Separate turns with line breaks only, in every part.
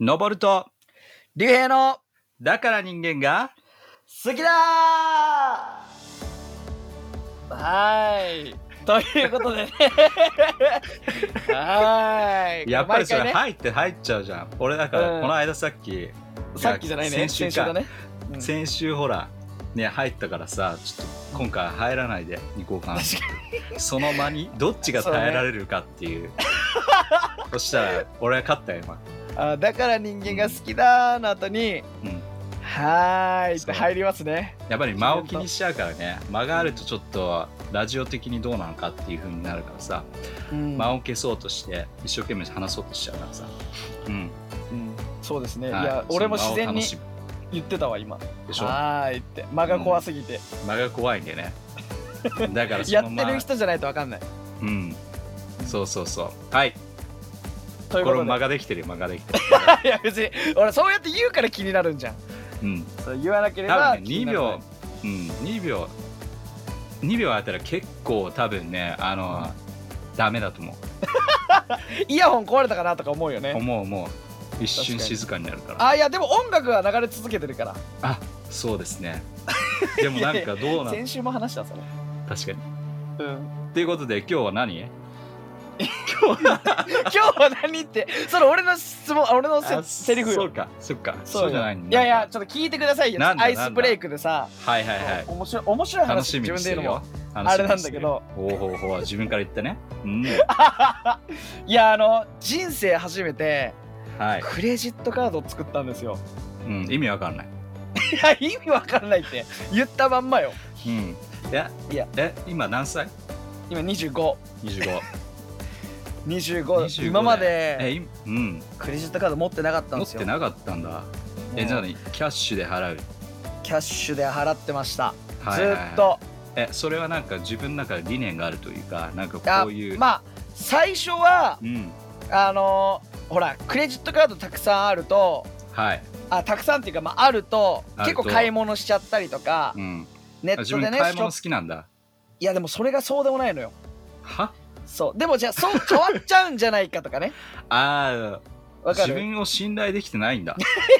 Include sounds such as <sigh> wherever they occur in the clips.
登ると、
竜兵の
だから人間が、
好きだはーい。ということでね。はーい。
やっぱりそれ
毎回ね、
入って入っちゃうじゃん。俺だから、
うん
この間さっき、
さっきじゃないね。
先週か
だね。うん
先週ほら、ね、入ったからさ、ちょっと今回入らないでいこうかな。その間に、どっちが耐えられるかっていう。そ,、したら、俺は勝ったよ、今。
あだから人間が好きだの後に、
うん
はーいって入りますね。
やっぱり間を気にしちゃうからね間があるとちょっとラジオ的にどうなのかっていう風になるからさ
うん
間を消そうとして一生懸命話そうとしちゃうから
<laughs>
さうん
うんそうですね。い
は
や、俺も自然に
その間を楽
言ってたわ、今。
しむでしょ
はーいって。間が怖すぎて。
間が怖いんで
<laughs>
ねだからそ
や
の
って
間
る人じゃないとわかんない。
うんそうそうそうはい
という
こ
こ
れ
と
間
で。
ができてるよ間ができてる
いや、別に、俺、そうやって言うから気になるんじゃん。
うん
そう言わなけれ
多
ば
分ね
気に
2
ならない
秒うん2秒2秒あったら結構多分ねあのダメだと思う
イヤホン壊れたかなとか思うよね
思う思う一瞬
確かに
静かになるから
あいやでも音楽は流れ続けてるから
あそうですねでもなんかどう
<laughs>
なん
先週も話したそれ
確かに
うん
ということで今日は何
今日は何ってそれ俺の質問あ俺のせ
あ
セリフ
そう
よ
かそうか
よ
そうじゃないの
いやい
な
や
んか
ちょっと聞いてくださいよ
なんだ
アイスブレイクでさ
はいはいはい
面白い面白い
楽
話
し
自
みに
分
し
で
て
言
る
うのも
よ楽しみにしてる
あ
よほうほうほう自分から言ってねうん
いやあの人生初めて
はい、
クレジットカードを作ったんですよ
うん、意味わかんない
いや意味わかんないって言ったまんまよ
うんいや
いや
え今何歳
今25
?25
25
25
今ま
え
で
いうん
クレジットカード持ってなかったん
持
で
っ
すよ
てなかったんだえ
うん
じゃあ何キャッシュで払う
キャッシュで払ってました、
はいはいはい
ずっと
えそれはなんか自分の中で理念があるというかなんか
あ
こういう
まあ最初は
うん
あのーほらクレジットカードたくさんあると
はい
あたくさんっていうか、まあ、あると
ある
結
と
構買い物しちゃったりとか
うん
ネ
あ
ッ
自
トで
分
ね
買い
ショ
物
ッ
好きなんだ
プいやでもそれがそうでもないのよ
は
そうでもじゃ
<laughs>
あそう変わっちゃうんじゃないかとかね
ああ
わか
自
るい
分を信頼できてないんだ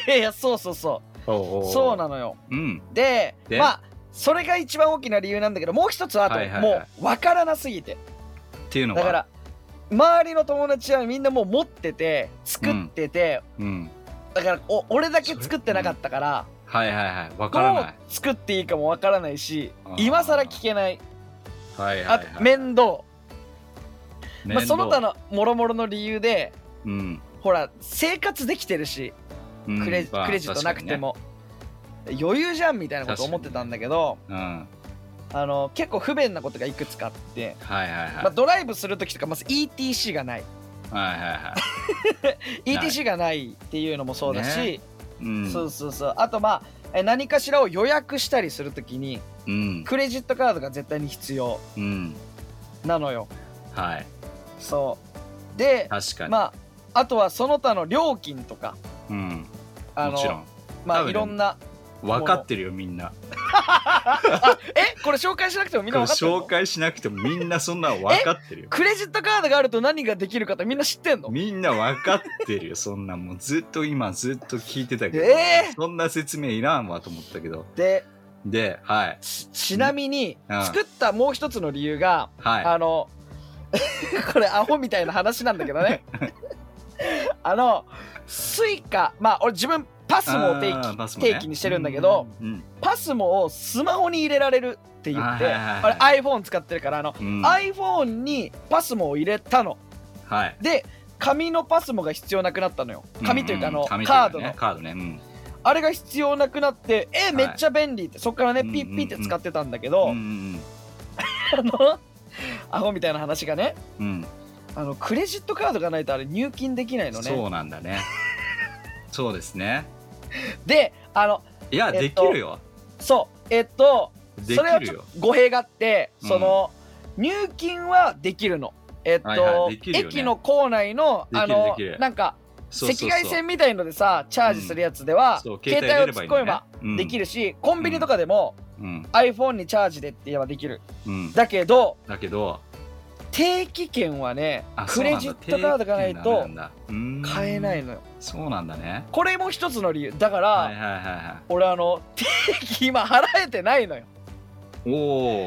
やいやそうそうそうそうなのよ
うん
で
で
まあそれが一番大きな理由なんだけどもう一つはあと、
はいはいはい
もう分からなすぎて
っていうの
だ
は
から周りの友達はみんなもう持ってて作ってて、
うん
だからお俺だけ作ってなかったから、
はいはいはいわ
ど
からな
う
い
作っていいかもわからないし
あー
今更聞けない
はいは
あ
いは
と
い
面倒、
面
まあ、
倒
その他のもろもろの理由で
うん
ほら生活できてるし
うん
クレ,、
まあ
クレジットなくても、余裕じゃんみたいなこと思ってたんだけど、
確かにね
あの結構不便なことがいくつかあって、
うんはいはいはい
まあ、ドライブする時とかまず ETC がない
はいはいはい
ETC がないっていうのもそうだし、
うん
<laughs> そうそうそうあとまあえ何かしらを予約したりするときに
うん
クレジットカードが絶対に必要
うん
なのよ
はい
そうで
確かに
まああとはその他の料金とか
うん
あ
もちろん
のま
多
あ
分
いろんな
分かってるよみんな
えこれ紹介しなくてもみん
こ
な
れ
分かってるの
紹介しなくてもみんなそんなの分かってるよ
クレジットカードがあると何ができるかってみんな知ってんの
みんな分かってるよそんなもうずっと今ずっと聞いてたけど、
え
そんな説明いらんわと思ったけど
で
ではい
ちちなみに
うん
作ったもう一つの理由が
は
あの <laughs> これアホみたいな話なんだけ
<laughs>
どねあのスイカまあ俺自分パスモを定
あ
期
ーパスモね
定期にしてるんだけど
い、うん
パスモをスマホに入れられるって言って
あはいはい
あれ iPhone 使ってるからあの
うん、
iPhone にパスモを入れたの
はい
で紙のパスモが必要なくなったのよ紙というかあの、
んん紙とい
カー
うか
ド
ね
の、
カードね、うん
あれが必要なくなってえ
い
めっちゃ便利ってそっからね
うんうん
ピ
うん
ッピッって使ってたんだけど、
うんうん
あの <laughs> アホみたいな話がね
うん
あのクレジットカードがないとあれ入金できないの
そ
ね
うなんだ
<laughs>
ねそうですね
であの
いや、
えっ
で
と
きるよ
そうえっと
で
それは
きる
ちょ
よ
っと語弊があって
うん
その、入金はできるのえっと、
はいはいできるよね
駅の構内の
できる
あの
できる
なんか
そうそうそう
赤外線みたいのでさチャージするやつでは、
そう
携帯を突っ込
入れれ
めば
ばいいんだねうん
できるし、コンビニとかでも、
うん
iPhone にチャージでって言えばできる
うん
だけど
だけど
定期券はね
あ
クレジットカードがない
そう
と
なんだ定期券ダメなんだ
買えないう
ーん
のよ
そうなんだね
これも一つの理由だから、
はいはいは
俺あの定期今払えてないのよ
いはいお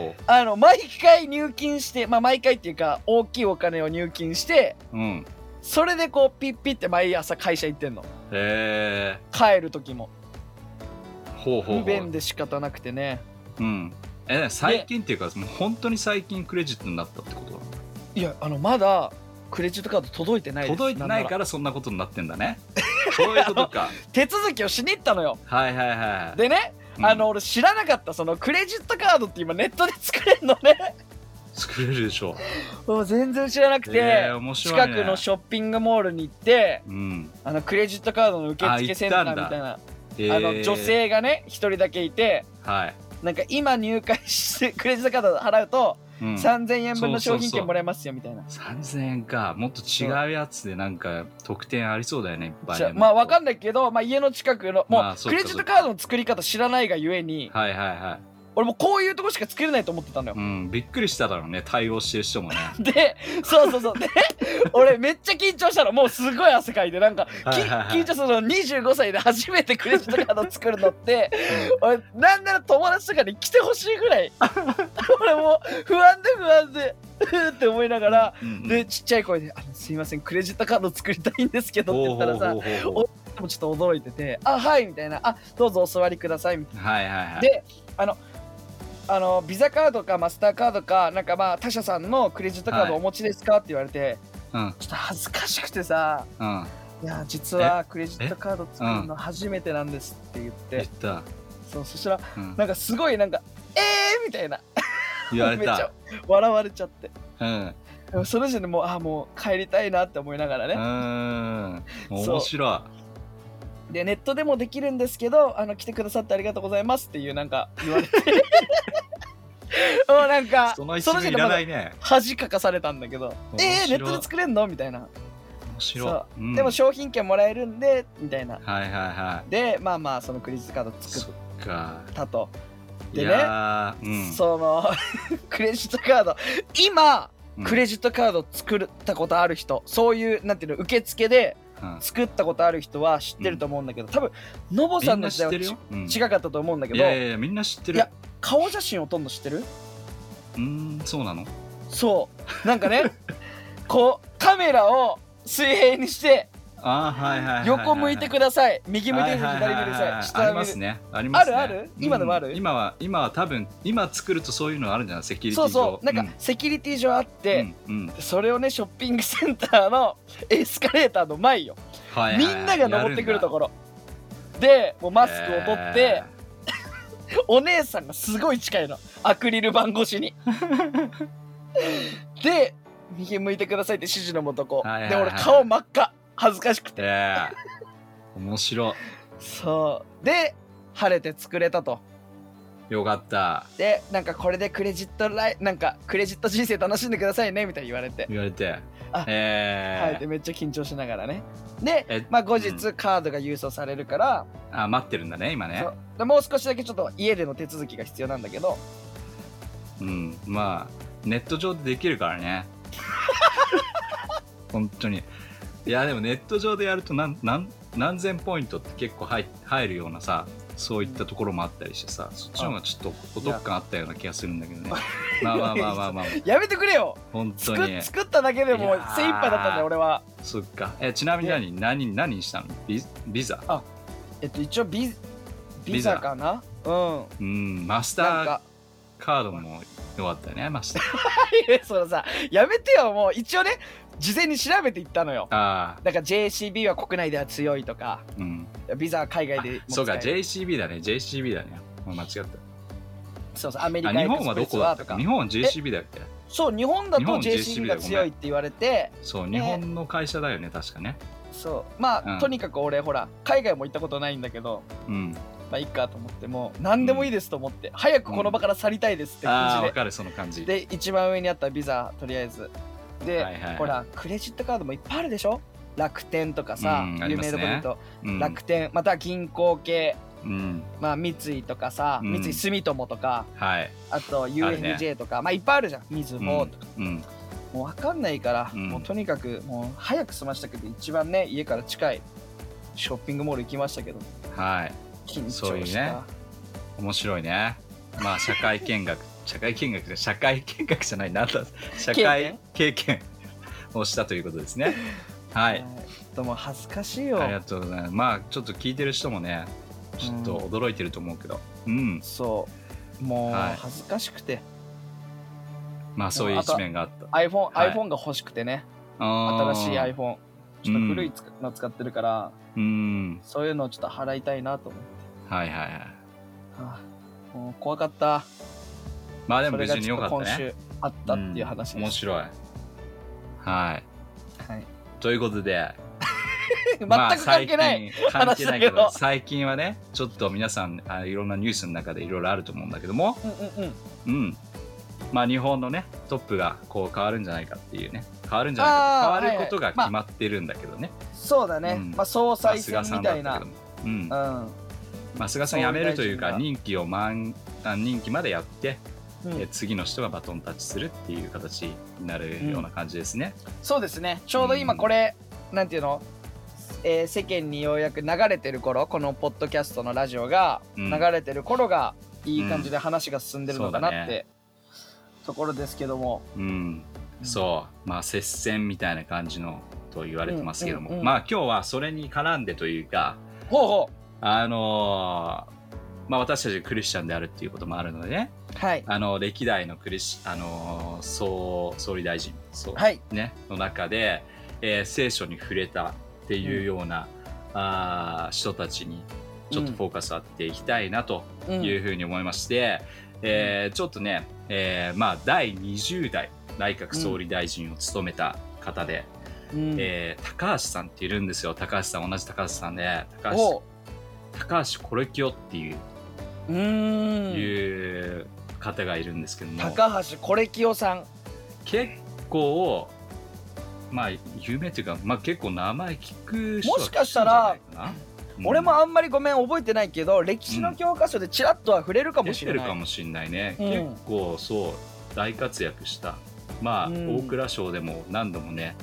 お
あの毎回入金してまあ毎回っていうか大きいお金を入金して
うん
それでこうピッピって毎朝会社行ってんの
へえ
帰る時も
ほうほう
不
ほ
便
う
で仕方なくてね
うんえ最近っていうかもう本当に最近クレジットになったってこと
いやあのまだクレジットカード届いてないです
届いてない
んな
かららそんなことになってんだねそういうこと
<laughs>
か
手続きをしに行ったのよ
はいはいはい
でね、
うん
あの俺知らなかったそのクレジットカードって今ネットで作れるのね
作れるでしょ
もう <laughs> 全然知らなくて、
えー面白い
近
ね
くのショッピングモールに行って
うん
あのクレジットカードの受付センタ
あ
ー
行
み
った
た
ん
いなあ
えー
の女性がね一人だけいて
はい、
なんか今入会してクレジットカード払うと
うん、
3000円分の
そうそうそう
商品券もらえますよみたいな、
3000円かもっと違うやつでなんか特典ありそうだよねいっぱい
じゃあ
ね
まあわか
ん
んないけど、まあ、家の近くのも
まあ
う
そ
ク
っか
レジットカードの作り方知らないがゆえに
はいはいは
俺もうこういうとこしか作れないと思ってたのよ
い、うん、びっくりしただろうね対応してる人もね
でそうそうそうで俺めっちゃ緊張したのもうすごい汗かいてなんか <laughs> き
はいはいはい
緊張するの25歳で初めてクレジットカード作るのって俺なんなら友達とかに来てほしいぐらい <laughs> 俺もう不安で不安でって思いながら
うんうん
でちっちゃい声で「あのすいませんクレジットカード作りたいんですけど」って
ほ
言
う
った
ほう
らさ
ほうほうほう
でもちょっと驚いてて「あはい」みたいな「あどうぞお座りください」みたい
はいはいはい
でなあのビザカードかマスターカードかなんかまあ他社さんのクレジットカードお持ちですかって言われて
うん
ちょっと恥ずかしくてさ
うん
「いや実はクレジットカード作るの初めてなんです」って言っ
言ってた、
そうそしたら
うん、
なんかすごいなんか「えー!」みたいな
言われ
めっち
た
ゃ笑われちゃって
うん
でもその時点でもうあもう帰りたいなって思いながら
う
ね
ーん面白
でネットでもできるんですけどあの来てくださってありがとうございますっていうなんか
<laughs>
言われてもうなん
い
か
その一部いらないね
恥かかされたんだけど「
面白
えー、ネ
い
ットで作れんの?」みたいな、
面白い、うん
でも商品券もらえるんで」みたいな
はいはいは
でまあまあそのクレジットカード
い
作
そっか
ったと、
い
でね
やーうん
その <laughs> クレジットカード今
うん
クレジットカード作ったことある人そういうなんていうの受付で
うん
作ったことある人は知ってると思うんだけど多分ノボ
み
さ
ん
んの
な
時
知っ
代
て
は
る
ち
よ、うん
違かったと思うんだけ
い
ど
やいやいやみんな知ってる
いや顔写真を撮るの知ってる
うーんそうなの
そうなんかね <laughs> こうカメラを水平にして
あーはいはいはいはい
横向いてください右向いてくだ
は
さい
は
左
は
向いてください
あ
下
り
向
ま
いて
すねありますね
あるある今でもある
うん今は今は多分今作るとそういうのあるんじゃないセキュリテ
そ
ィ
うそうなんかセキュリティ上あって、
うんうんうん
それをねショッピングセンターのエスカレーターの前よ
はいはい
み
はい
んなが登ってく
や
ると
んだ
ころでもうマスクを取って、
え
お姉さんがすごい近いのアクリル板越
<laughs>
しにで右向いてくださいって指示のもとこう、
はいはいはい
で俺顔真っ赤恥ずかしく
ー
て
えー面白
そうで晴れて作れたと
いよかった
でなんかこれでクレジットライなんかクレジット人生楽しんでくださいねみたいに言われて
言われて
あはい
え
で
ー
めっちゃ緊張しながらねで
え
まあ後
うん
日カードが郵送されるから、
あ待ってるんだね今ね
そうでもう少しだけちょっと家での手続きが必要なんだけど
うんまあネット上でできるから
<laughs>
ね本当にいやでもネット上でやるとなんなん何千ポイントって結構入入るようなさそういったところもあったりしてさそっちの方がちょっとお得感あったような気がするんだけどねまあまあまあまあまあ
やめてくれよ
本当
作
に
っ作っただけでも
いやー
精一杯だったんだよ俺は
そっかえちなみに何何何したのビビザ
えっと一応ビビ
ビザ
ザかなうん
うんマスタ
なん
ー
か <laughs>
カードもよかったよねマスター
いやそのさやめてよもう一応ね事前に調べていったのよ
ああ
だから JCB は国内では強いとか
うん
ビザは海外
あ
でも
そうか
使える
JCB だね JCB だねもう間違った
そうそうアメリ
あ
カ
日本はどこだ
は
った
と
か
か
日本は JCB だっけ
そう日本だと
日本
JCB が
JCB
強いって言われて
そう日本の会社だよね確かね
そうまあ、
うん
とにかく俺ほら海外も行ったことないんだけど
うん
まあいいかと思ってもう何でもいいですと思って、早くこの場から去りたいですって
ああ
感
わ
じで、
かるその感じ
で一番上にあったビザとりあえずで、
はいはいはい
ほらクレジットカードもいっぱいあるでしょ楽天とかさ、
うんあり
有
ま
名
す
ど
ね
ころで言うと、
うん
楽天また銀行系、
うん
まあ、三井とかさ、
うん
三井住友とか
はい
あと
るね
UFJ とか、まあいっぱいあるじゃんみずほとか、
うん
もう分かんないから、
うん
もうとにかくもう早く済ましたけど一番ね家から近いショッピングモール行きましたけど
はい
緊張した
そういうね面白いねまあ社会見学 <laughs> 社会見学じゃ社会見学じゃないなんだ社会経験をしたということですねは
はいいでも恥ずかしいよ
ありがとうございますまあちょっと聞いてる人もねちょっと驚いてると思うけどうん
そうもう
はい
恥ずかしくて、
まあそういう
あと
一面があった
iPhone,
はい
iPhone が欲しくてね
新
新しい iPhone ちょっと古いつくの使ってるから、
うん
そういうのをちょっと払いたいなと思って、
はいはいはい
はあもう怖かった
まあで
そ
も
れ
無
が
事
ち
に
ょ
良
っ
か
と
っ
今
たね
週あったっていう話
ん
で
面
す、
白いはい
はい、
ということで
全
まあ
く関係ない、
最近関係ないけど
話
最近はねちょっと皆さんあいろんなニュースの中でいろいろあると思うんだけども
うんうんうん
うんまあ日本のねトップがこう変わるんじゃないかっていうね変わるんじゃ
あ
ないか
ー
変わること
は
が
いはい
決まってるんだけどね、
そうだね、
うん
まあ総
まあ
裁
菅
選
さ
み
んだ
た
っ
い
た
な
けども、うんまあ、菅さん辞めるというか
総理
任期を満あ任期までやって、
うん、う
え
ん、
次の人がバトンタッチするっていう形になるような感じですね、
そうですねちょうど今これ、なんていうの、えー世間にようやく流れてる頃このポッドキャストのラジオが
う
流
ん
れてる頃が、いい感じで話が進んでるのか
うん
なっ
そうだ
て、ところですけども
うん、そう、まあ接戦みたいな感じのと言われてますけども、
うんうんうん
まあ今日はそれに絡んでというか、
うんほうほ
あのーまあ私たちクリスチャンであるっていうこともあるのでね、
うはい
あの歴代のクリス、あのー総総理大臣、そう
はい
ねの中で、えー聖書に触れたっていうような、あー人たちにちょっとフォーカスを当てていきたいなと
うん
いうふうに思いまして、えーちょっとね、えーまあ、第20代内閣総理大臣を務めた方で、
うん
えー高橋さんっているんですよ高橋さん同じ高橋さんで高
お
橋
う
高橋コレキオっていう,、
うーん
いう方がいるんですけども
高橋コレキオさん
結構まあ有名というか、まあ、結構名前聞く人は
もしかした
聞く
ら
んじゃないかな、うん
俺もあんまりごめん覚えてないけど歴史の教科書でちらっとは触れるかも
出
してれ
る
ない、
かもしれないね、
うん
結構そう大活躍したまあ、
うん
大蔵省でも何度もね、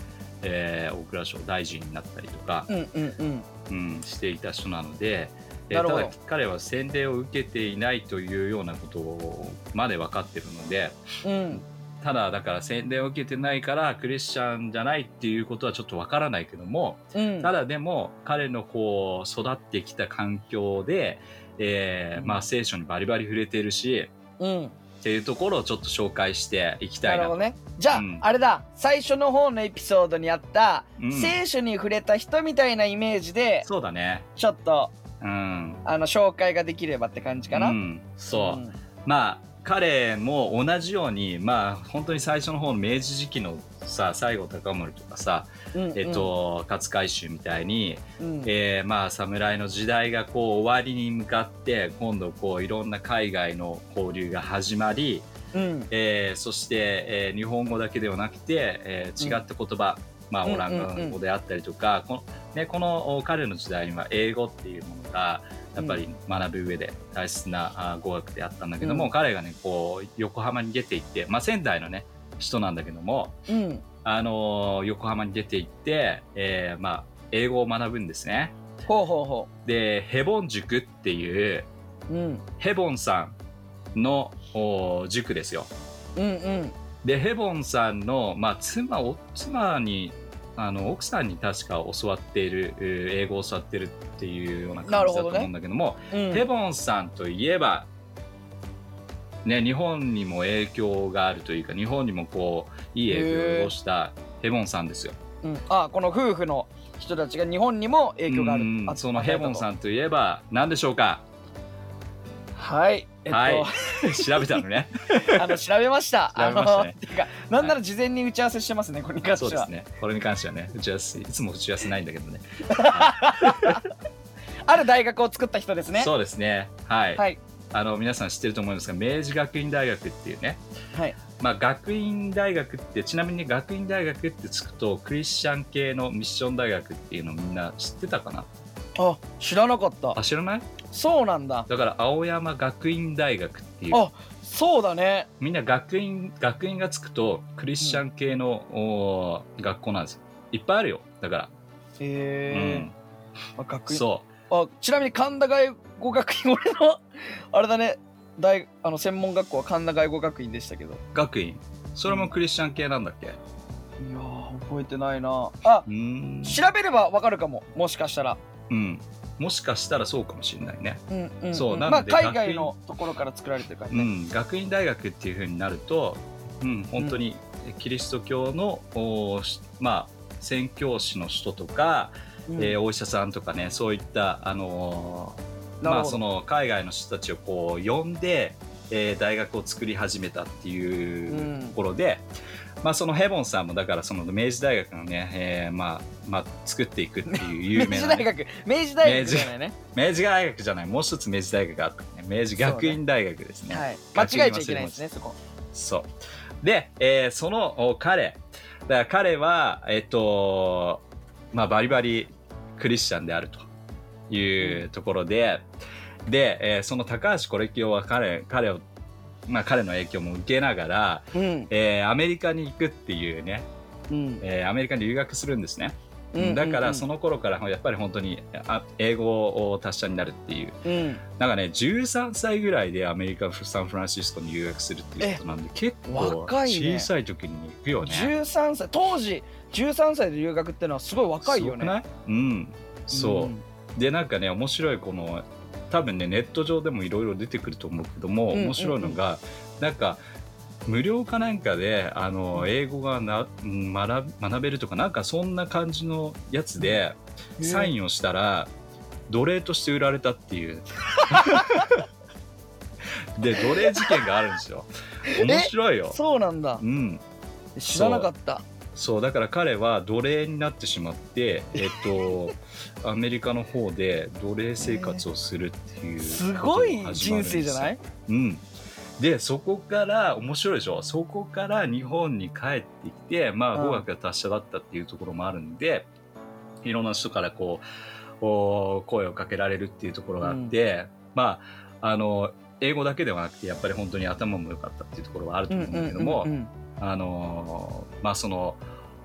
えー大蔵省大臣になったりとか
う、んうんうん
うんしていた人なので、えー
な
た
るほど
だ彼は洗礼を受けていないというようなことまで分かってるので
うん
ただだから洗礼を受けてないからクリスチャンじゃないっていうことはちょっと分からないけども、
うん
ただでも彼のこう育ってきた環境で、えーまあ、聖書にバリバリ触れてるし、
うん
っていうところをちょっと紹介していきた
ないる
な
ほ
と
どねじゃあ、
うん
あれだ最初の方のエピソードにあった、
うん
聖書に触れた人みたいなイメージで
そうだね。
ちょっと
うん。
あの紹介ができればって感じかな、
うん、そう、
ん
まあ彼も同じようにまあ本当に最初の方の明治時期のさ西郷隆盛とかさ、
うん
えっ、と勝海舟みたいに、
うん
えーまあ侍の時代がこう終わりに向かって今度こういろんな海外の交流が始まり、
うん
えーそして、えー日本語だけではなくて、えー違った言葉、まあ、
うん
オランダ語であったりとか、このね、このお彼の時代には英語っていうものがやっぱり学ぶ上で大切なあー語学であったんだけども、
うん
彼がねこう横浜に出て行って、まあ、仙台のね人なんだけども、
うん
あのー横浜に出て行って、えーまあ、英語を学ぶんですね。
ほうほうほ
でヘボン塾っていう
う、うん、
ヘボンさんのお塾ですよ。
うんうん
でヘボンさんの、まあ、妻を妻にあの奥さんに確か教わっているえー英語を教わってるっていうような
な
感
る
じ
ほ
だと
どね
思うんだけども
うん
ヘボンさんといえば、ね、日本にも影響があるというか日本にもこういい影響をしたヘボンさんですよ。
うんあこの夫婦の人たちが日本にも影響がある
うん
あ
そのヘボンさ
ん
んといえば何でしょうか、
はいえっと、
はい調べたのね
<laughs> あの調べました。
<laughs> 調べましたね
あのていうかなんなら事前に打ち合わせしてますね、これに関して
そう
は。
ですねこれに関してはね打ち合わせいつも打ち合わせないんだけどね
ある大学を作った人ですね。
そうですねはい
はい。
あの皆さん知ってると思いますが明治学院大学っていうね、
はい
まあ、学院大学ってちなみに学院大学ってつくとクリスチャン系のミッション大学っていうのみんな知ってたかな
あ知らなかった
あ知らない
そうなんだ
だから青山学院大学っていう
あそうだね
みんな学院学院がつくとクリスチャン系の、おー学校なんですよいっぱいあるよだから、
へえ、あ
うん、
学院
そ
あちなみに神田外語学院俺の <laughs> あれだね大あの専門学校は神田外語学院でしたけどいう
学院それもクリスチャン系なんだっけ
やー覚えてないなあ
うーん
調べればわかるかももしかしたら
うんもしかしたらそうかもしれないね、
うんうん、うん、
そうな
ま
の
あ
で
海外のところから作られてるから
う
ね、
ん、学院大学っていうふうになると、うん、本当にキリスト教の、おーしまあ宣教師の人とか、
うん
えーお医者さんとかねそういった、あのー
なる
まあ、
ほ
そ
ど、
の海外の人たちをこう呼んで、えー大学を作り始めたっていうところで、まあ、そのヘボンさんもだからその明治大学のね、えーまあまあ、作っていくっていう有
明
名
治
な
大
ね、
学明治大学じゃないね
明治大学じゃないもう一つ明治大学があった、ね、明治学院大学ですね。
はい間
学院
違えちゃいけないですねそこ
そうで、えーそのお彼だから彼はえっとまあバリバリクリスチャンであるというところで、で、えーその高橋コレキオは彼彼をまあ彼の影響も受けながら、
うん
えーアメリカに行くっていうね、
うん
えーアメリカに留学するんですね、
うん
だからそ
の
の頃からやっぱり本当にあ英語を達者になるっていう
うん
なんかね13歳ぐらいでアメリカサンフランシスコに留学するっていうことなんで結構
若いね
小さい時に行くよね。
13歳当時13歳で留学ってのはすごい若いよ
すごくな
ね
いうんそう、
ん
でなんかね面白いこの多分ねネット上でもいろいろ出てくると思うけども
うんうんうん
面白いのが、なんか無料かなんかであの英語がな学学べるとかなんかそんな感じのやつで
うん
サインをしたら奴隷として売られたって
<laughs>
いう。で奴隷事件があるんですよ。面白いよ。
そうなんだ
うん、
知らなかった
そうだから彼は奴隷になってしまって、えっと、 <laughs> アメリカの方で奴隷生活をするっていう、、
すごい人生じゃないい
うん、でそこから面白いでしょそこから日本に帰ってきて、まあ、
うん
語学が達者だったっていうところもあるんで、いろんな人からこうお声をかけられるっていうところがあって、まああの英語だけではなくてやっぱり本当に頭も良かったっていうところはあると思うんだけども。
うん
あのーまあその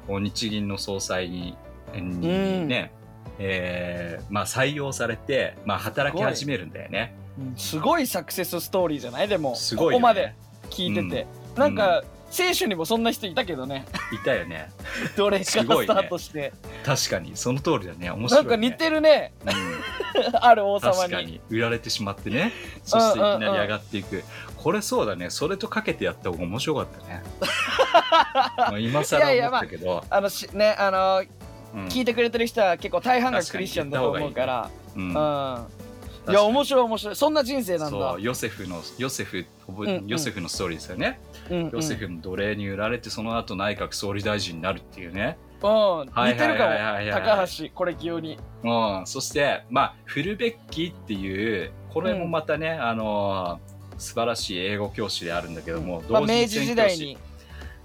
日銀の総裁に
ん
ね、えーまあ、採用されて、まあ、働き始めるんだよね。
うんすごいサクセスストーリーじゃないでも
す
こ
ごいよ
こ
ね
まで聞いててなんか聖書にもそんな人いたけ
<laughs>
どね
いたよね
奴隷からスタ
すごいね
ートして
確かにその通りだね面
な
白い、
ん
ね、
か似てるね
うん、
<laughs> ある王様
確
に
かに売られてしまってねそしていきなり上がっていく、これそうだねそれとかけてやった方が面白かった
<laughs>
ねまあ今更思ったけど
あのしねあの
うん
聞いてくれてる人は結構大半が
確か
ク
に
リスチャンだと思うから
うん
うんい
確か
や
に
面白い面白いそんな人生なんだ
そうヨセフのヨセフ覚え
うんうん
ヨセフのストーリーですよね、
うんうん
ヨセフの奴隷に売られてその後内閣総理大臣になるっていうね。
うん、似てるかも、
はいはいはいはい
高橋これ急に
うん、そして、まあ、フルベッキーっていうこれもまたね、あのー素晴らしい英語教師であるんだけども、
まあ、
同時に
明治時代に
い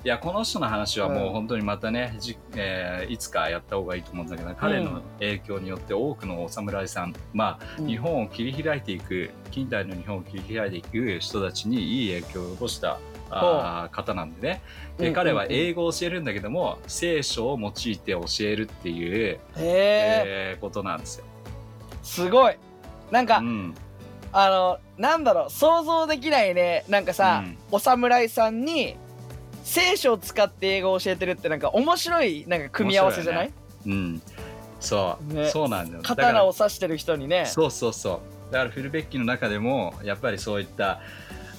やこの人の話はも
うん
う本当にまたね、じえーいつかやった方がいいと思うんだけど、彼の影響によって多くのお侍さんまあ日本を切り開いていく近代の日本を切り開いていく人たちにいい影響を及ぼしたあー方なんでねで彼は
え
英語を教えるんだけども、聖書を用いて教えるっていう、え
え
ーことなんですよ。
すごいなんか、
うん、
あのなんだろう想像できないねなんかさ、
うん
お侍さんに聖書を使って英語を教えてるってなんか面白いなんか組み合わせじゃない
うん、そう、
ね
そうなんだよ。だか
刀
ら
を刺してる人にね
そうそうそう。だからフルベッキの中でもやっぱりそういった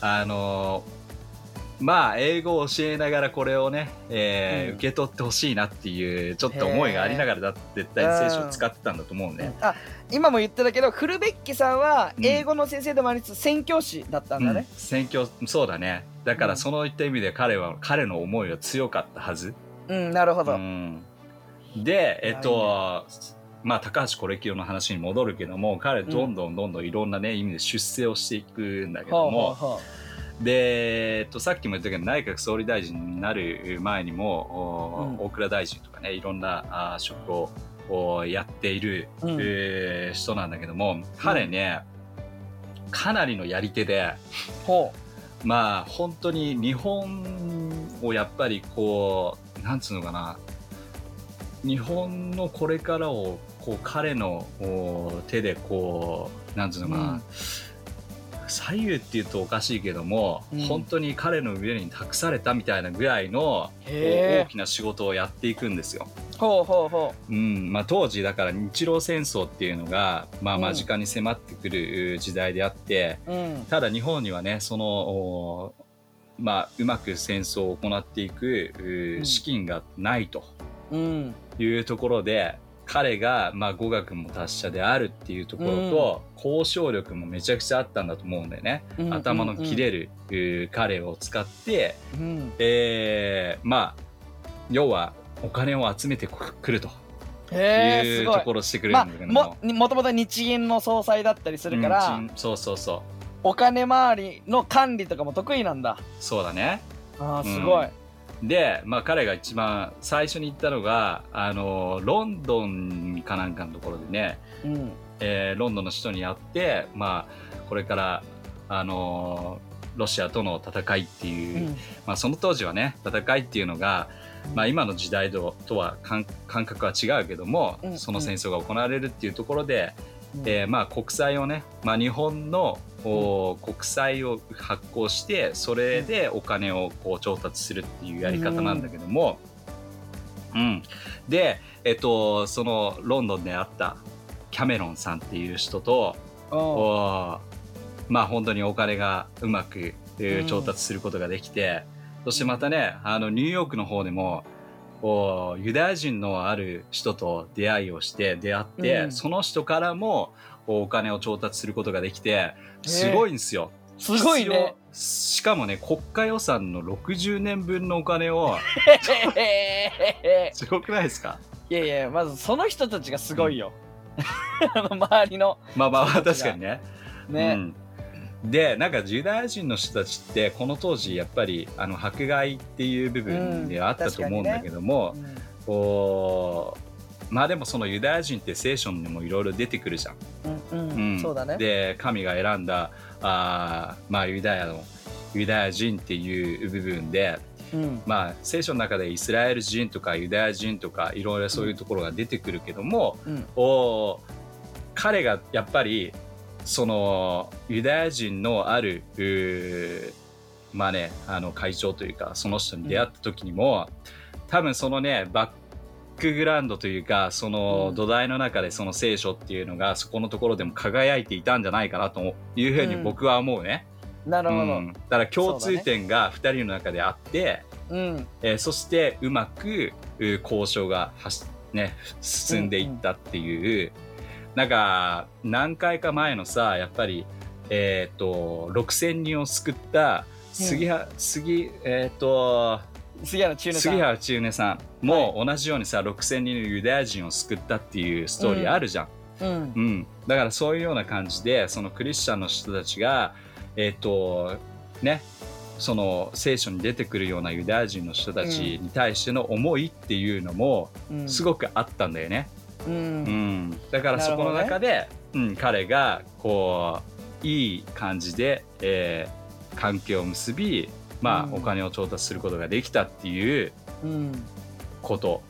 あのーまあ英語を教えながらこれをね、えー
うん
受け取ってほしいなっていうちょっと思いがありながらだって絶対に聖書を使ってたんだと思うね。
あ今も言ってたけどフルベッキさんは
うん
英語の先生でもありつつ宣教師だったんだね、
うん宣教そうだね。だか
うん
らそのいった意味で彼は彼の思いは強かったはず。
うん、なるほど、
うん、でえっ
い
とまあ高橋コレキオの話に戻るけども彼どんどんどんどんいろんなね、意味で出世をしていくんだけ
ほ
ど
うほう
も
ほ
で、えっと、さっきも言ったけど内閣総理大臣になる前にも、お
うん
大蔵大臣とかねいろんなあ職ををやっている、
うん
えー人なんだけども彼ね、かなりのやり手で
ほ
まあ本当に日本をやっぱりこうなんつうのかな日本のこれからをこう彼のお手でこうなんつうのかな、
うん
左右っていうとおかしいけども、
うん
本当に彼の上に託されたみたいなぐらいの
う。
大
へえ。
きな仕事をやっていくんですよ。
ほうほうほ
うんまあ、当時だから日露戦争っていうのが、まあ、
うん
間近に迫ってくる時代であって、
う。うん。
ただ日本にはねそのおーまあ、うまく戦争を行っていくうー
うん
資金がないと
うん。
いうところで彼が、まあ、語学も達者であるっていうところと、交渉力もめちゃくちゃあったんだと思うんだよね、
うん
頭の切。れるうー彼を使って、
うん。
えーまあ要はお金を集めてくると
へえ、
い
す
う
ご
と
い。
ころをしてくれる
まあ、
んだけども。
も、もともと日銀の総裁だったりするから、
うんちんそうそうそう
お金周りの管理とかも得意なんだ。
そうだね
ああ、すごい。
で、まあ、彼が一番最初に行ったのがあのロンドンかなんかのところでね、
うん。
えーロンドンの首都にあって、まあ、これからあのロシアとの戦いっていう、まあ、その当時はね戦いっていうのが、まあ、今の時代ととは感感覚は違うけども、
うん
その戦争が行われるっていうところで、
うん
えーまあ、国債をね、まあ、日本の、おー国債を発行してそれでお金をこう調達するっていうやり方なんだけども、うんで、えっと、そのロンドンで会ったキャメロンさんっていう人と、
うん
おーまあ本当にお金がうまく、えー
うん
調達することができて、そしてまたねあのニューヨークの方でもおーユダヤ人のある人と出会いをして出会って、
うん
その人からもお金を調達することができて
ー
すごいんですよ。
すごい
必
ね。
要しかもね国家予算の60年分のお金
<laughs>
を
へへへ
すごくないですか
いやいや、まずその人たちがすごいよ。あの周りの。
まあまあ
そうです
確かにね。
ね。
うん、でなんかユダヤ人の人たちってこの当時やっぱりあの迫害っていう部分ではあったと思うんだけども、
うん
こうまあでもそのユダヤ人って聖書にもいろいろ出てくるじゃん。
うん
う
うんん、そうだね。
で神が選んだあー、まあ、ユダヤのユダヤ人っていう部分で、
うん
まあ、聖書の中でイスラエル人とかユダヤ人とかいろいろそういうところが出てくるけども、
うん
を彼がやっぱりそのユダヤ人のあるうーまあねあの会長というかその人に出会った時にも、多分そのねバックグラウンドというかその
うん
土台の中でその聖書っていうのがそこのところでも輝いていたんじゃないかなというふうに
うん
僕は思うね。
なるほ
う
ど
ん。だから共通点が2人の中であって、
うん。
えーそしてうまくうー交渉がはし、ね、進んでいったっていう、なんか何回か前のさやっぱり、えー、と6,000人を救った杉原、杉えっ、と
杉原中根さん。
杉原千畝さんも同じようにさ、6,000人のユダヤ人を救ったっていうストーリーあるじゃん。
うん
う。ん、だからそういうような感じでそのクリスチャンの人たちがえっ、とねその聖書に出てくるようなユダヤ人の人たちに対しての思いっていうのも
うん
すごくあったんだよね、
う
うん
ん。
だからそこの
なる
中
ほ
で、うん、彼がこういい感じで、えー関係を結び、まあ
うん
お金を調達することができたっていう
うん。
こと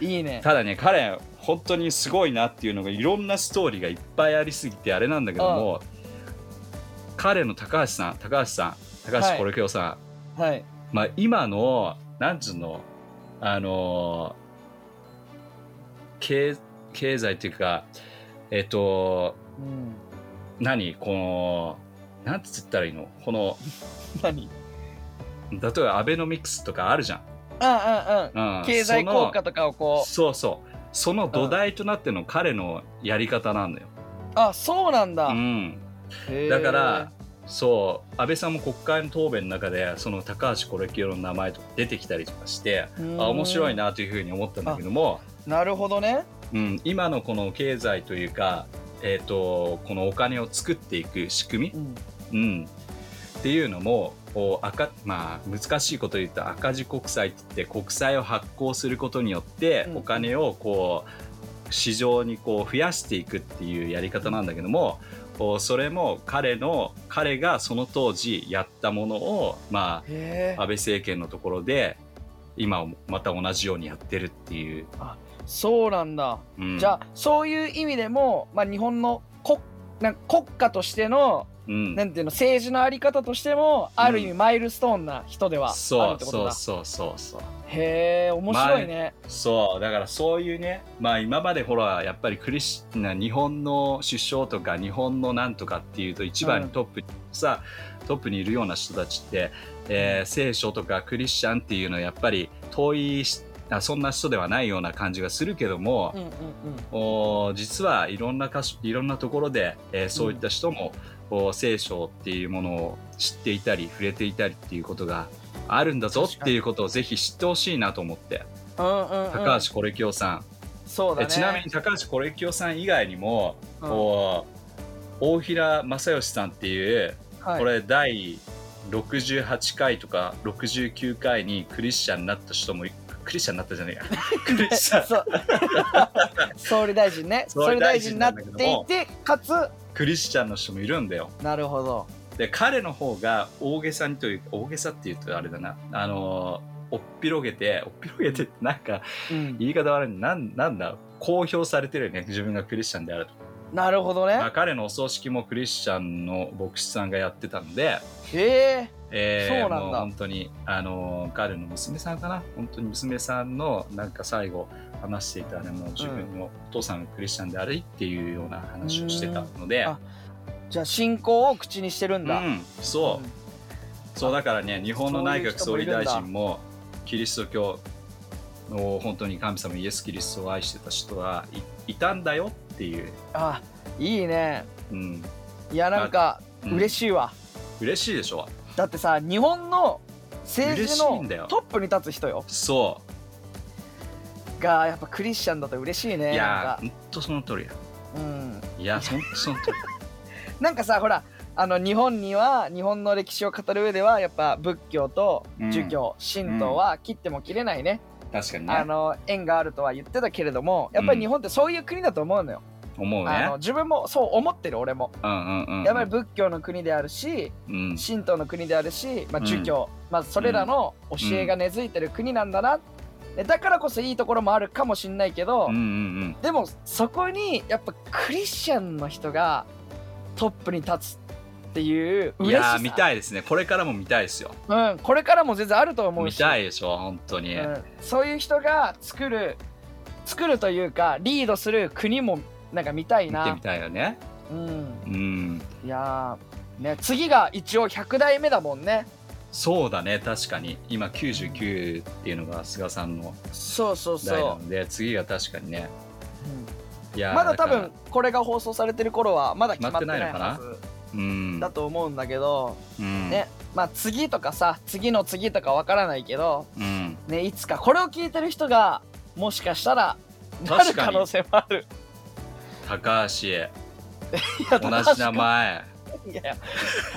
いいね。
ただね彼本当にすごいなっていうのがいろんなストーリーがいっぱいありすぎてあれなんだけども彼の高橋さん高橋さん高
は
橋
い
コロキョウさん、
はい。
まあ、今のなんつうのあのー経経済っていうかえっと
うん。
何このなんつったらいいのこの
何
例えばアベノミクスとかあるじゃ
うんうんうん。
ん、うん、
経済効果とかをこう。
そのそうそうその土台となっての彼のやり方なんだよ、
あ、そうなんだ
う。ん、
へー
だから、そう安倍さんも国会の答弁の中でその高橋コレキオの名前とか出てきたりとかして、
うん
あ面白い。なというふうに思ったんだけども、
なるほどね。
うん、今のこの経済というか、えー、とこのお金を作っていく仕組
うん。
み、うん、っていうのもこう赤、まあ、難しいこと言うと赤字国債って言って国債を発行することによって
うん
お金をこう、市場にこう増やしていくっていうやり方なんだけどもこうそれも彼の彼がその当時やったものをま
へ
あ
え
安倍政権のところで今また同じようにやってるっていう、
そうなんだ、
うん
じゃあそういう意味でも、まあ、日本の国なんか国家としての
うん、
なんていうの政治のあり方としてもある意
う
味マイルストーンな人ではある
そ
っ
う
てこと
そう
だ、
そうそうそう
へえ面白いね、
そうだからそういうねまあ今までほらやっぱりクリスな日本の首相とか日本のなんとかっていうと一番にトップにさ、トップにいるような人たちって、えー聖書とかクリスチャンっていうのはやっぱり遠いしあそんな人ではないような感じがするけども、
うんうんうん
お実はいろんな箇所いろんなところで、えーそういった人も、お聖書っていうものを知っていたり触れていたりっていうことがあるんだぞっていうことをぜひ知ってほしいなと思って。
うんうんうん
高橋コレキオさん、
そうだ
え
ね
ちなみに高橋コレキオさん以外にも、
うん
こう大平正義さんっていう、
はい
これ第68回とか69回にクリスチャンになった人もいクリスチャンになったじゃねえや <laughs> クリスチャン
そう <laughs> 総理大臣ね総
総
理
理
大
大
臣
臣
に
な
なっ
んだけども
ていてかつ
クリスチャンの人もいるんだよ
なるほど
で彼の方が大げさにという大げさっていうとあれだなあのーおっぴろげておっぴろげてってなんか
うん
言い方悪いなんなんだ公表されてるよね自分がクリスチャンであると
なるほどね
まあ、彼のお葬式もクリスチャンの牧師さんがやってたんで、
へえ
えー
そうなんだ
もう本当に、あのー彼の娘さんかな本当に娘さんのなんか最後話していたあれも自分のお父さんがクリスチャンでありっていうような話をしてたので、
うんあじゃあ信仰を口にしてるん
う
だ、
ん、そう
うん
そうだからね日本の内閣
そ
総
ういう
理大
人もいるんだ
臣もキリスト教の本当に神様イエス・キリストを愛してた人はいいたんだよっていう、
あいいね
うん
いやなんか嬉
し
しいわ、
い嬉しいでしょ
だってさ日本の政治
嬉しいんだよ
のトップに立つ人よ
そう
がやっぱクリスチャンだと嬉しいね
い
なん
や
か
ー、本当その通りや。
うん、
いや、本当その通り。
なんかさほらあの日本には日本の歴史を語る上ではやっぱ仏教と儒教、神道は切っても切れないね、
確かに
あ
ね。
の縁があるとは言ってたけれどもやっぱり日本ってそういう国だと思うのよ、
思う
あ
ね
の。自分もそう思ってる俺も
うんうんうんうん。
やっぱり仏教の国であるし
うん。
神道の国であるし、まあ、
うん
儒教、まあ、それらの教えが根付いてる国なんだな、でだからこそいいところもあるかもしんないけど、
うんうん
でもそこにやっぱクリスチャンの人がトップに立つっていう
うん。い
嬉し
やー、
さ
見たいですね。これからも見たいですよ。
うん、これからも全然あると思う
見
した
いでしょ、本当に。
うん、そういう人が作る作るというかリードする国もなんか見たい
見て
な
み、たいよね。
うん、
うん。
いやーね次が一応100代目だもんね
そうだね、確かに。今、99っていうのが菅さんの
そうそうそう、
代なので、次が確かにね。いや
う
ー
んまだ多。
から
分これが放送されてる頃はまだ決まってない
決ま
は
って
ず
うん。
だと思うんだけど、
うん
ねまあ次とかさ次の次とかわからないけど
うん。
ねいつかこれを聞いてる人がもしかしたらな
確
る
かに
可能性もある <laughs>
高橋、
いや
同じ名前。
高橋かいや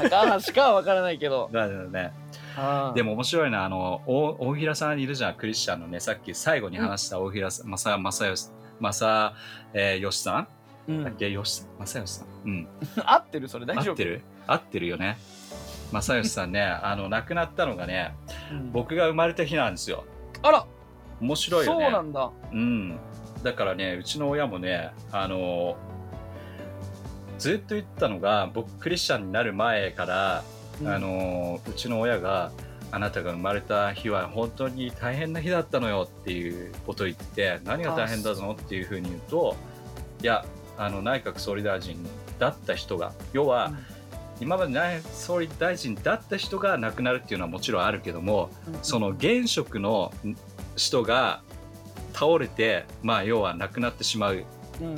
高橋かはわからないけど、
だよね。
うん
でも面白いなあの大大平さんいるじゃんクリスチャンのねさっき最後に話した大平さん正正義正えー、吉さん
うん
だっけ吉さん正義さんうん
<laughs> 合ってるそれ大丈
合
夫
ってる合ってるよね正義さん
<laughs>
ねあの亡くなったのがね
うん
僕が生まれた日なんですよ
あら
面白いよね
そうなんだ
うん、だからねうちの親もねあのずっと言ってたのが僕クリスチャンになる前からあのうちの親が「あなたが生まれた日は本当に大変な日だったのよ」っていうことを言ってて何が大変だのっていうふうに言うといやあの内閣総理大臣だった人が要は、
うん
今まで内総理大臣だった人が亡くなるっていうのはもちろんあるけどもその現職のん人が倒れてまあ要は亡くなってしまうっ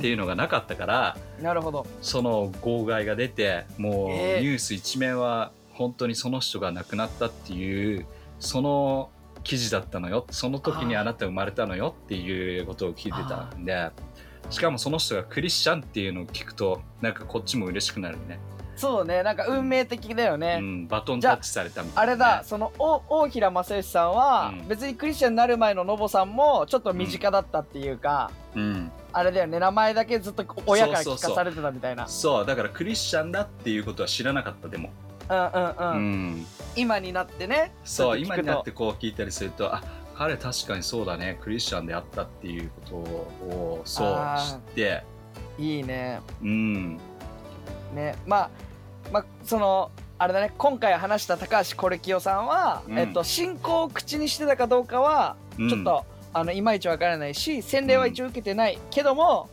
ていうのがなかったから。
うんなるほど
その号外が出てもうニ
えー
ュース一面は本当にその人が亡くなったっていうその記事だったのよその時に
あー
あなた生まれたのよっていうことを聞いてたんでしかもその人がクリスチャンっていうのを聞くとなんかこっちも嬉しくなるね、
そうねなんか運命的だよね、
うん、バトンタッチされたみた
あ
いな、
れだ、そのお大平正義さんは、
うん
別にクリスチャンになる前のノボさんもちょっと身近だったっていうか、
うん
あれだよね名前だけずっと親から聞かされてたみたいな
そうだからクリスチャンだっていうことは知らなかったでも、
うん
う
うんうん
ん、
今になってね
そう
や
今
って聞くと
になってこう聞いたりするとあ彼確かにそうだねクリスチャンであったっていうことをそう
あ
知
ー
って
いいね
うん
ねまあまあそのあれだね今回話した高橋コレキオさんは、
うん
えっと、信仰を口にしてたかどうかは
うん
ちょっと、あのいまいちわからないし洗礼は一応受けてないけども、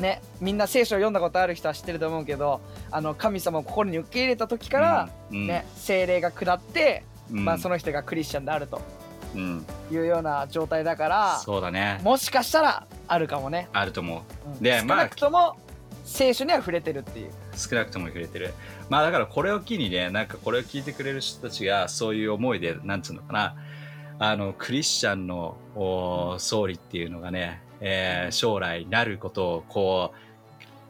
ねみんな聖書を読んだことある人は知ってると思うけどあの神様を心に受け入れた時から、、
うん
ね、精霊が下って、
うん
まあ、その人がクリスチャンであると
うん
いうような状態だから
そうだね
もしかしたらあるかもね、
あると思う
うん
で
少
まあ
なくとも聖書には触れてるっていう。
少なくとも触れてるまあだからこれを機にねなんかこれを聞いてくれる人たちがそういう思いでなんつうのかなあのクリスチャンのおー総理っていうのがね、えー将来なることをこ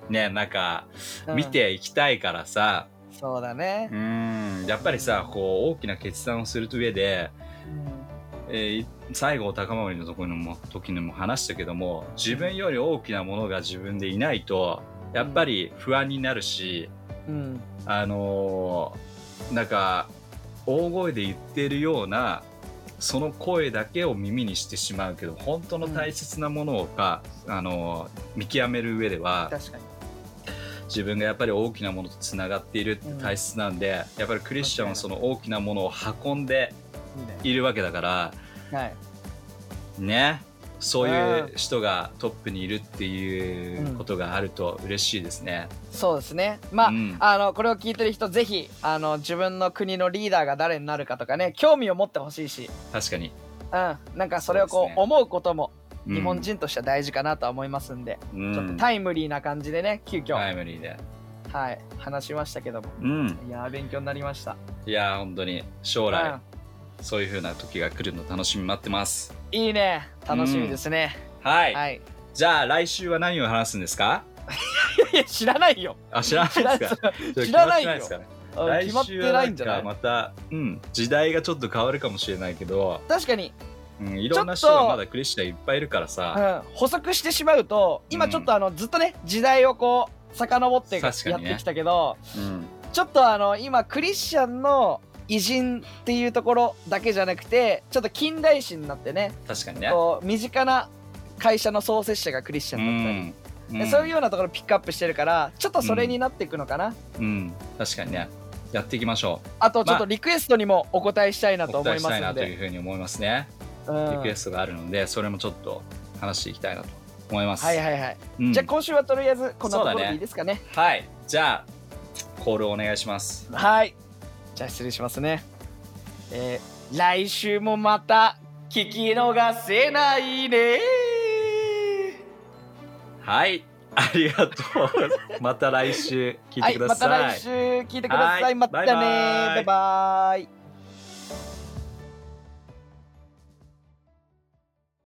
うねなんか
うん
見ていきたいからさ、
そうだね
う、んやっぱりさこう大きな決断をする上で、
う
え
ん
ー西郷隆盛のところにも時にも話したけども自分より大きなものが自分でいないとやっぱり不安になるし、
うん
あのーなんか大声で言ってるようなその声だけを耳にしてしまうけど本当の大切なものが、あのー見極める上では
確かに
自分がやっぱり大きなものとつながっているって大切なんで、やっぱりクリスチャンはその大きなものを運んで
いいね
いるわけだから
はい
ねそういう人がトップにいるっていうことがあると嬉しいですね。
そうですねまあ、
うん
あのこれを聞いてる人ぜひあの自分の国のリーダーが誰になるかとかね興味を持ってほしいし、
確かに、
うん、なんかそれを
そう
こう
ですね
思うことも
うん
日本人としては大事かなとは思いますんで、
うん
ちょっとタイムリーな感じでね急遽は
タ
い、
イムリーで。
話しましたけども
うん
いやー勉強になりました
いやー本当に将来、そういう風な時が来るの楽しみに待ってます
うんいいね楽しみですね、
はい、
はい
じゃあ来週は何を話すんですか
いや知らないよ
あ知らないですか
知らないよ
ちょっと決まってですかね
うん
来
決まっ
週
て
は
な
ない
ん
ん
じ
か
ゃない
また、うん、時代がちょっと変わるかもしれないけど、
確かに
うん、いろんな人がまだクリスチャンいっぱいいるからさ、
うん、補足してしまうと今ちょっとあの、ずっとね時代をこう遡ってやっ
確かにね
てきたけど、
うん
ちょっとあの今クリスチャンの偉人っていうところだけじゃなくてちょっと近代史になってね
確かにね
こう身近な会社の創設者がクリスチャンだった
う
り、
ん
でそういうようなところをピックアップしてるからちょっとそれになっていくのかな、
うん、うん、確かにねやっていきましょう
あとちょっ
ま
と
あ
リクエストにもお答えしたいなと
お
思
伝
い
えし
ま
た
す
い
の
なという
で、
ふうに思いますね、
うん、
リクエ
は
ストがあるのでそれもちょっと話していきたいなと思います、
いはいはい、
うん
じゃあ今週はとりあえずこんな
そう
ところ
だ
で
ね
いいですかね
はいじゃあコールお願いします
はい。じゃあ失礼しますね。えー来週もまた聞き逃せないね。
はい、ありがと
<laughs>
う。また来週聞い
は
て
い、
くだ
ま
さい。
た来週聞いてくださ。
はいい
またね。
バ
バ
イバイ
イバイ。